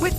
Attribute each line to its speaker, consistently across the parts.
Speaker 1: With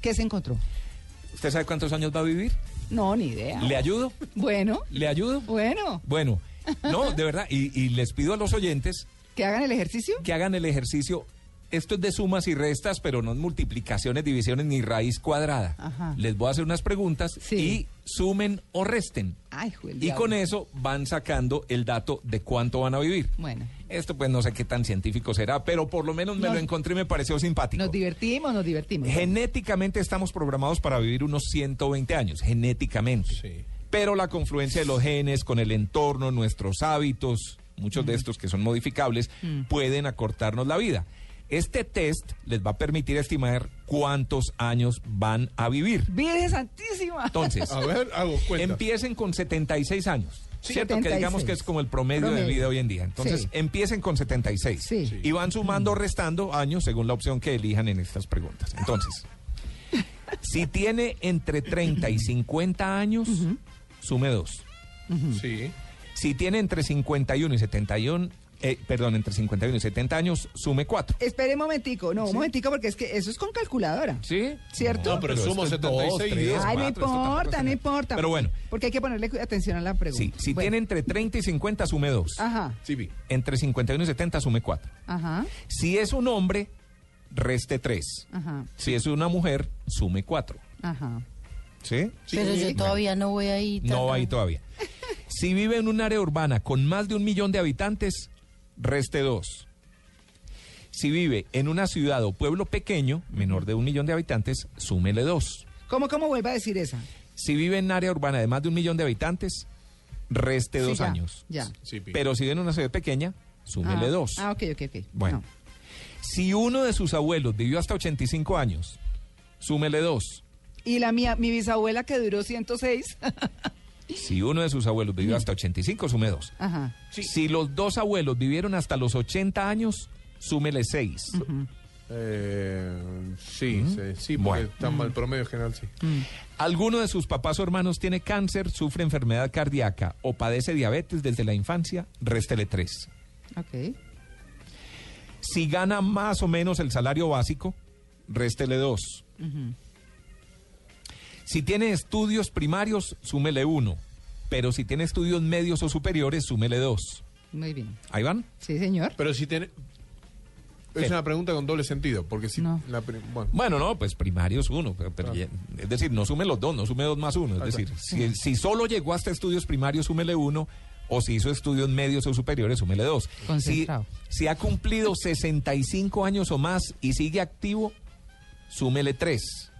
Speaker 2: ¿Qué se encontró?
Speaker 3: ¿Usted sabe cuántos años va a vivir?
Speaker 2: No, ni idea.
Speaker 3: ¿Le ayudo?
Speaker 2: Bueno,
Speaker 3: ¿Le ayudo?
Speaker 2: bueno,
Speaker 3: Bueno, no, de verdad, y, y les pido a los oyentes
Speaker 2: que hagan el ejercicio.
Speaker 3: que hagan el ejercicio. Esto es de sumas y restas, pero no es multiplicaciones, divisiones ni raíz cuadrada.
Speaker 2: Ajá.
Speaker 3: Les voy a hacer unas preguntas
Speaker 2: Sí.
Speaker 3: y sumen o resten.
Speaker 2: Ay, Julio.
Speaker 3: Y con eso van sacando el dato de cuánto van a vivir.
Speaker 2: Bueno.
Speaker 3: Esto pues no sé qué tan científico será, pero por lo menos me
Speaker 2: Nos-
Speaker 3: lo encontré y me pareció simpático.
Speaker 2: Nos divertimos, nos divertimos.
Speaker 3: Genéticamente estamos programados para vivir unos 120 años, genéticamente. Pero la confluencia de los genes con el entorno, nuestros hábitos, muchos de estos que son modificables, pueden acortarnos la vida. Este test les va a permitir estimar cuántos años van a vivir.
Speaker 2: Virgen Santísima.
Speaker 3: Entonces,
Speaker 4: A ver, hago cuenta.
Speaker 3: empiecen con 76 años. Cierto que digamos
Speaker 2: 76.
Speaker 3: que es como el promedio, de
Speaker 2: Promedio.
Speaker 3: vida hoy en día. Entonces,
Speaker 2: Sí.
Speaker 3: empiecen con 76
Speaker 2: Sí. Sí.
Speaker 3: y van sumando o restando años según la opción que elijan en estas preguntas. Entonces, si tiene entre 30 y 50 años, sume 2.
Speaker 4: Sí.
Speaker 3: Si tiene entre 51 y 71, eh, perdón, entre 51 y 70 años, sume 4.
Speaker 2: Espere un momentico, no, un momentico, porque es que eso es con calculadora.
Speaker 3: ¿Sí?
Speaker 2: ¿Cierto?
Speaker 4: No, pero sumo
Speaker 3: esto es
Speaker 4: 76 y
Speaker 3: tres,
Speaker 4: es
Speaker 2: Ay, no
Speaker 3: cuatro, esto tampoco
Speaker 2: importa,
Speaker 3: es
Speaker 2: no
Speaker 3: nada.
Speaker 2: importa.
Speaker 3: Pero bueno,
Speaker 2: Porque hay que ponerle cu- atención a la
Speaker 3: sí,
Speaker 2: pregunta.
Speaker 3: si
Speaker 2: Bueno.
Speaker 3: tiene entre 30 y 50, sume 2.
Speaker 2: Ajá,
Speaker 4: Sí, vi.
Speaker 3: Entre 51 y 70 sume 4.
Speaker 2: ajá,
Speaker 3: Si es un hombre, reste 3.
Speaker 2: ajá,
Speaker 3: Si es una mujer, sume 4.
Speaker 2: ajá.
Speaker 3: ¿Sí?
Speaker 5: Pero yo todavía no voy ahí.
Speaker 3: No va ahí todavía. Si vive en un área urbana con más de un millón de habitantes, reste 2. Si vive en una ciudad o pueblo pequeño, menor de un millón de habitantes, súmele 2.
Speaker 2: ¿Cómo, cómo vuelva a decir esa?
Speaker 3: Si vive en área urbana de más de un millón de habitantes, reste
Speaker 2: Sí,
Speaker 3: 2
Speaker 2: ya,
Speaker 3: años.
Speaker 2: ya.
Speaker 4: Sí, pi.
Speaker 3: Pero si vive en una ciudad pequeña, súmele
Speaker 2: Ah,
Speaker 3: 2.
Speaker 2: Ah, ok, ok, ok.
Speaker 3: Bueno. Si uno de sus abuelos vivió hasta 85 años, súmele 2.
Speaker 2: No. Y la mía, mi bisabuela que duró 106.
Speaker 3: Si uno de sus abuelos vivió hasta 85, sume 2.
Speaker 2: ajá.
Speaker 3: Si los dos abuelos vivieron hasta los 80 años, súmele 6.
Speaker 4: Eh, sí, sí, sí, porque
Speaker 3: Bueno.
Speaker 4: está
Speaker 2: Mm.
Speaker 4: mal promedio general, sí.
Speaker 3: ¿Alguno de sus papás o hermanos tiene cáncer, sufre enfermedad cardíaca o padece diabetes desde la infancia? Réstele 3.
Speaker 2: Ok.
Speaker 3: Si gana más o menos el salario básico, réstele 2. Si tiene estudios primarios, súmele 1. Pero si tiene estudios medios o superiores, súmele 2.
Speaker 2: Muy bien.
Speaker 3: Ahí van.
Speaker 2: Sí, señor.
Speaker 4: Pero si tiene... Es
Speaker 3: ¿Qué?
Speaker 4: una pregunta con doble sentido, porque si...
Speaker 2: No.
Speaker 4: la pri- bueno,
Speaker 3: Bueno, no, pues primarios uno. pero- pero ya- es decir, no sume los dos, no sume dos más uno. Es
Speaker 4: Tal
Speaker 3: decir, si, si solo llegó hasta estudios primarios, súmele uno. O si hizo estudios medios o superiores, súmele dos. Si,
Speaker 2: Concentrado.
Speaker 3: si ha cumplido 65 años o más y sigue activo, súmele tres.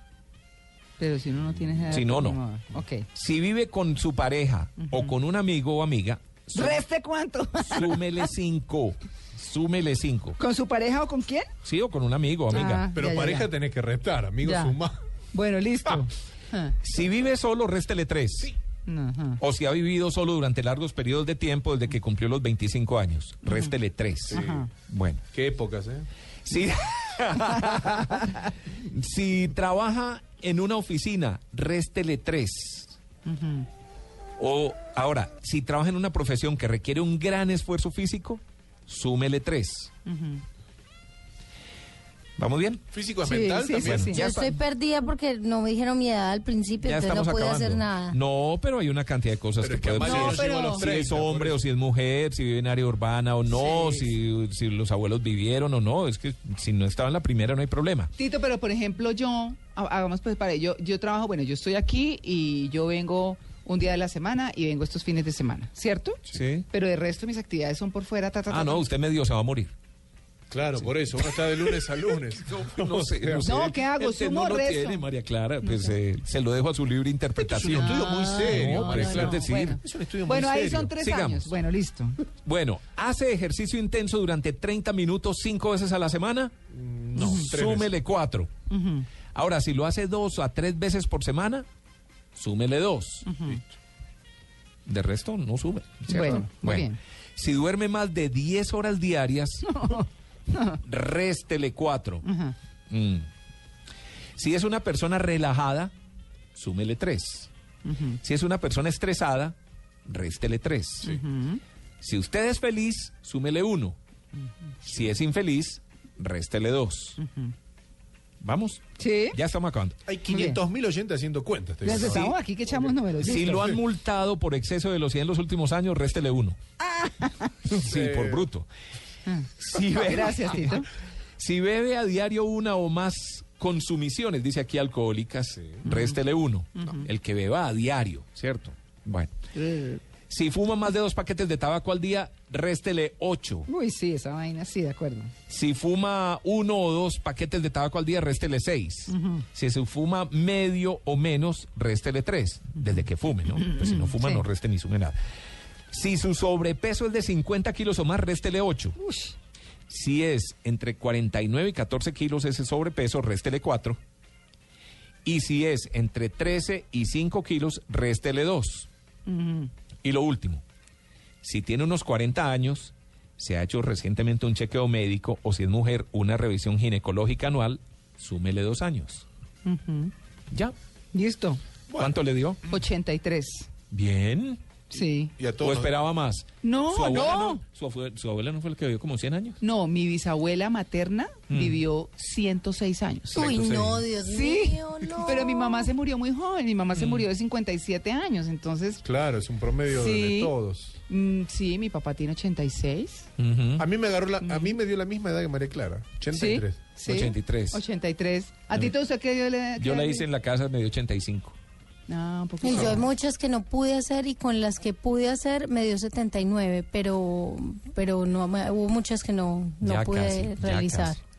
Speaker 2: Pero si uno no tiene esa edad,
Speaker 3: Si no, no.
Speaker 2: ¿cómo va? Ok.
Speaker 3: Si vive con su pareja o con un amigo o amiga, sú-
Speaker 2: ¿Reste cuánto?
Speaker 3: súmele cinco. Súmele cinco.
Speaker 2: ¿Con su pareja o con quién?
Speaker 3: Sí, o con un amigo o amiga.
Speaker 2: Ah.
Speaker 4: pero
Speaker 2: Ya, ya,
Speaker 4: pareja
Speaker 2: ya.
Speaker 4: tenés que restar, amigo
Speaker 2: Ya.
Speaker 4: suma.
Speaker 2: Bueno, listo. Ah,
Speaker 3: Si vive solo, réstele tres.
Speaker 2: no, ajá.
Speaker 3: O si ha vivido solo durante largos periodos de tiempo desde que cumplió los 25 años. Réstele 3.
Speaker 2: Ajá.
Speaker 3: Bueno.
Speaker 4: Qué épocas, ¿eh?
Speaker 3: Si, si trabaja en una oficina, réstele 3. O ahora, si trabaja en una profesión que requiere un gran esfuerzo físico, súmele 3. ¿Vamos bien?
Speaker 4: Físico es
Speaker 2: Sí,
Speaker 4: mental
Speaker 2: sí,
Speaker 4: también.
Speaker 2: sí, sí.
Speaker 5: Yo estoy perdida porque no me dijeron mi edad al principio,
Speaker 3: Ya
Speaker 5: entonces
Speaker 3: estamos
Speaker 5: no pude
Speaker 3: acabando.
Speaker 5: hacer nada.
Speaker 3: No, pero hay una cantidad de cosas
Speaker 4: Pero es
Speaker 3: que,
Speaker 4: que a
Speaker 3: podemos
Speaker 4: Mario
Speaker 2: No,
Speaker 4: no, llegó a
Speaker 2: pero-
Speaker 4: los
Speaker 3: si
Speaker 4: 30.
Speaker 3: es
Speaker 4: por
Speaker 3: hombre
Speaker 4: eso.
Speaker 3: o si es mujer, si vive en área urbana o no, si, si los abuelos vivieron o no. Es que si no estaba en la primera no hay problema.
Speaker 2: Tito, pero por ejemplo, yo, ha- hagamos pues para yo, yo trabajo, bueno, yo estoy aquí y yo vengo un día de la semana y vengo estos fines de semana, ¿cierto?
Speaker 3: Sí.
Speaker 2: Pero el resto de mis actividades son por fuera, ta, ta, ta,
Speaker 3: Ah, no,
Speaker 2: ta.
Speaker 3: usted medio se va a morir.
Speaker 4: Claro, por eso. Uno está de lunes a lunes.
Speaker 3: No sé, no sé.
Speaker 2: No, ¿qué hago?
Speaker 3: Este
Speaker 2: ¿Sumo
Speaker 3: no lo
Speaker 2: rezo?
Speaker 3: tiene, María Clara. Pues eh, se lo dejo a su libre
Speaker 4: Es un
Speaker 3: interpretación.
Speaker 4: estudio muy
Speaker 2: Ah,
Speaker 4: serio,
Speaker 3: no,
Speaker 4: María
Speaker 3: no,
Speaker 4: Clara.
Speaker 3: no. decir.
Speaker 2: Bueno,
Speaker 4: Es un estudio muy
Speaker 2: Bueno, ahí
Speaker 4: serio.
Speaker 2: son tres
Speaker 3: Sigamos.
Speaker 2: años. Bueno, listo.
Speaker 3: Bueno, ¿hace ejercicio intenso durante 30 minutos cinco veces a la semana? Mm, No.
Speaker 4: tres
Speaker 3: Súmele cuatro. Ahora, si lo hace dos a tres veces por semana, súmele dos. De resto, no sume. ¿cierto?
Speaker 2: Bueno, muy bien.
Speaker 3: Si duerme más de 10 horas diarias, réstele cuatro.
Speaker 2: Ajá.
Speaker 3: Mm. Si es una persona relajada, súmele tres. Si es una persona estresada, réstele tres. Si usted es feliz, súmele uno. Si es infeliz, réstele dos. ¿Vamos?
Speaker 2: Sí.
Speaker 3: Ya estamos acabando.
Speaker 4: Hay
Speaker 2: Muy bien.
Speaker 4: 500 mil oyentes haciendo cuentas. te
Speaker 2: Las
Speaker 4: digo, ¿no?
Speaker 2: estamos aquí que echamos números.
Speaker 3: Si
Speaker 2: listo.
Speaker 3: lo han multado por exceso de velocidad en los últimos años, réstele uno.
Speaker 2: Ah.
Speaker 3: sí, por bruto. Si bebe,
Speaker 2: Gracias, Tito.
Speaker 3: si bebe a diario una o más consumiciones, dice aquí alcohólicas, réstele uno. El que beba a diario, ¿cierto? Bueno. Si fuma más de dos paquetes de tabaco al día, réstele ocho.
Speaker 2: Uy, sí, esa vaina, sí, de acuerdo.
Speaker 3: Si fuma uno o dos paquetes de tabaco al día, réstele seis. Si se fuma medio o menos, réstele tres. Desde que fume, ¿no? Pues si no fuma,
Speaker 2: Sí.
Speaker 3: no reste ni sume nada. Si su sobrepeso es de 50 kilos o más, réstele ocho. Si es entre 49 y 14 kilos ese sobrepeso, réstele cuatro. Y si es entre 13 y 5 kilos, réstele dos. Y lo último, si tiene unos 40 años, se ha hecho recientemente un chequeo médico o si es mujer, una revisión ginecológica anual, súmele dos años. ¿Ya?
Speaker 2: Listo.
Speaker 3: ¿Cuánto le dio?
Speaker 4: Mm.
Speaker 2: 83.
Speaker 3: Bien.
Speaker 2: Sí.
Speaker 4: Y a
Speaker 3: ¿O
Speaker 4: todos.
Speaker 3: esperaba más?
Speaker 2: No,
Speaker 3: ¿Su abuela
Speaker 2: no.
Speaker 3: ¿Su, afue- su abuela no fue la que vivió como 100 años?
Speaker 2: No, mi bisabuela materna
Speaker 3: Mm.
Speaker 2: vivió 106 años.
Speaker 5: Uy, no, Dios
Speaker 2: Sí,
Speaker 5: mío, no.
Speaker 2: pero mi mamá se murió muy joven, mi
Speaker 3: Mm.
Speaker 2: mamá se murió de 57 años, entonces,
Speaker 4: Claro, es un promedio
Speaker 2: Sí.
Speaker 4: de todos.
Speaker 2: mm, sí, mi papá tiene 86.
Speaker 3: Ujú.
Speaker 4: A mí me agarró la, a mí me dio la misma edad que María Clara, 83.
Speaker 2: Sí, sí.
Speaker 3: 83.
Speaker 2: 83. ¿A ti te gusta que yo le
Speaker 3: Yo la hice en la casa, me dio 85.
Speaker 2: No, un poco
Speaker 5: Y yo hay
Speaker 2: más.
Speaker 5: muchas que no pude hacer y con las que pude hacer me dio 79, pero pero no me- hubo muchas que no, no
Speaker 3: Ya
Speaker 5: pude
Speaker 3: casi, ya
Speaker 5: realizar.
Speaker 3: casi.